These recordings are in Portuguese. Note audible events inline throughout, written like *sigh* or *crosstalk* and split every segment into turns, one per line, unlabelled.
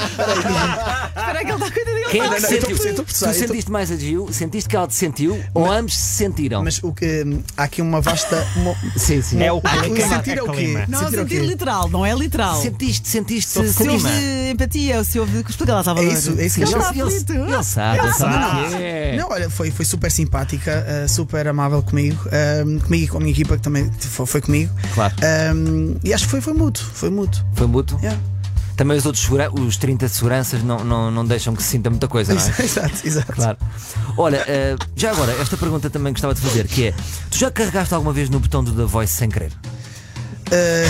Espera aí que ele está cuidando dele.
Quem é
Ah, Não,
que
não, eu estou a
sentiu?
perceber, estou a
tu
perceber, eu estou-
sentiste mais a Gil, sentiste que ela te sentiu ou ambos se sentiram?
Mas o que. hum, há aqui uma vasta. uma-
sim, sim.
É o
Ah,
clima.
sentir é o quê?
clima.
Não,
Sentir o
sentido
quê?
literal, não é literal.
Sentiste, sentiste,
Houve
Se houve
sentiste.
empatia, se houve. Explica lá,
É
Salvador.
isso, é isso que
Ele
eu
está
ele,
aflito.
ele sabe,
tá
ele sabe.
sabe.
o que é.
Não, olha, foi, foi super simpática, eh, super amável comigo, ehm, comigo e com a minha equipa que também t- foi, foi comigo.
Claro.
Ehm, e acho que foi, foi mútuo, foi mútuo.
Foi mútuo?
Yeah.
Também os outros segura- os 30 seguranças não, não, não deixam que se sinta muita coisa, não é?
*laughs* exato, exato.
Claro. Olha, eh, já agora, esta pergunta também gostava de fazer, que é: tu já carregaste alguma vez no botão do The Voice sem querer?
Eh.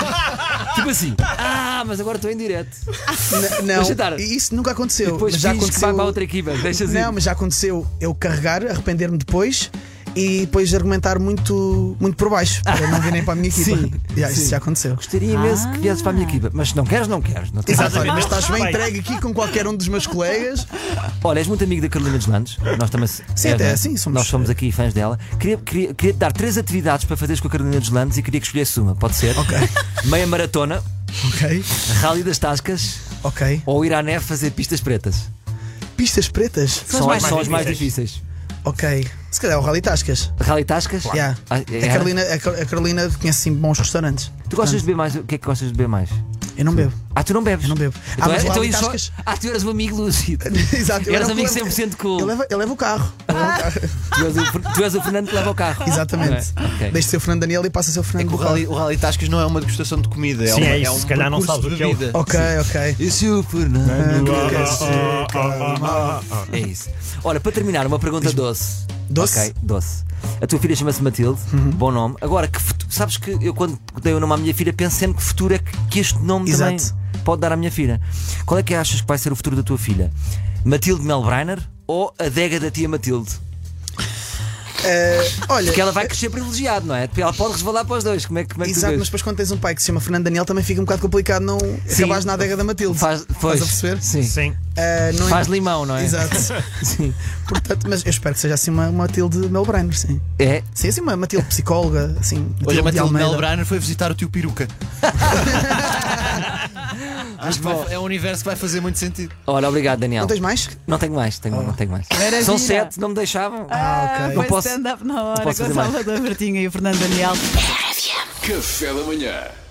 *laughs* tipo assim, ah, mas agora estou em direto.
N-
Deixa eu dar.
não, isso nunca aconteceu.
Depois
mas já
finges
aconteceu.
que vai para a outra equipa, assim. deixas ir.
Não, mas já aconteceu eu carregar, arrepender-me depois e depois argumentar muito, muito por baixo, para não
*laughs*
virem para a minha equipa.
Sim,
Yeah,
sim.
Isso já aconteceu.
Gostaria imenso que viesses para a minha equipa, mas se não queres, não queres. Não tem nada a ver.
Exato, olha, mas estás bem
Bem.
entregue aqui com qualquer um dos meus colegas.
Olha, és muito amigo da Carolina dos Landes. Nós também se-
Sim,
és,
até
não é?
assim somos-
Nós somos aqui fãs dela. Queria, queria, queria te dar três atividades para fazeres com a Carolina dos Landes e queria que escolhesse uma. Pode ser?
Ok.
Meia maratona,
Ok,
Rally das Tascas
ok.
ou ir à neve fazer pistas pretas.
Pistas pretas?
São as mais
são as mais difíceis.
Ok. Se calhar o Rally Tascas.
Rally Tascas?
Yeah.
Ah,
A,
é?
Carolina, a, Car- a Carolina conhece sim bons restaurantes.
Tu gostas de beber mais? O que é que gostas de beber mais?
Eu
*laughs*
não bebo.
Ah, tu não bebes?
Eu não bebo. Ah,
Então,
mas
é-
lá
então
em
isso só-
Tascas-
Ah, tu eras um amigo lúcido.
Exato.
Eras
era o
amigo
que
100% cool.
Eu levo, eu levo o carro. Eu levo o
Ah.
carro.
Tu és, o, tu és o Fernando que leva o carro.
*laughs* Exatamente.
Ok, ok. É
Deixa de ser o Fernando Daniel e passa a ser o Fernando
É O
do
rally, o rally Tascas não é uma degustação de comida, é,
Sim,
uma,
é isso,
um
se calhar não
percurso
sabes o
de
que é o-
vida.
Ok,
*laughs*
ok.
E se o Fernando
Oh,
É isso. Olha, para terminar, uma pergunta doce.
Doce? Uhum.
Ok, doce. A tua filha chama-se Matilde, bom nome. Agora, que futu- sabes que eu quando dei o nome à minha filha pensei sempre que futuro é que, que este nome
Exato.
também pode dar à minha filha. Qual é que achas que vai ser o futuro da tua filha? Matilde Melbreiner ou a dega da tia Matilde?
Eh, olha.
Porque ela vai crescer privilegiada, não é? Ela pode resvalar para os dois. Como é que, como é que tu
Exato,
vês?
mas depois quando tens um pai que se chama Fernando Daniel também fica um bocado complicado não
Sim.
acabares na adega da Matilde.
Faz, pois,
Estás a perceber?
Sim.
oh. Sim.
Eh, não-
Faz limão, não é?
Exato.
*laughs* Sim.
Portanto, mas eu espero que seja assim uma uma Matilde Melbrenner, sim.
É,
Sim, assim uma Matilde psicóloga, assim.
Hoje a
de
Matilde
Almeida.
*laughs*
Mel Brainer foi visitar o tio Peruca. Acho que vai- é um universo que vai fazer muito sentido.
Ora, obrigado, Daniel.
Não Ah. tens mais?
Não tenho mais, tenho, não tenho mais.
Maravilha.
São sete, não me deixavam.
Ah,
ok.
foi
Não posso-
stand-up na
não
hora
posso
com o
fazer mais.
Salvador Martinha e o Fernando Daniel.
Café da manhã.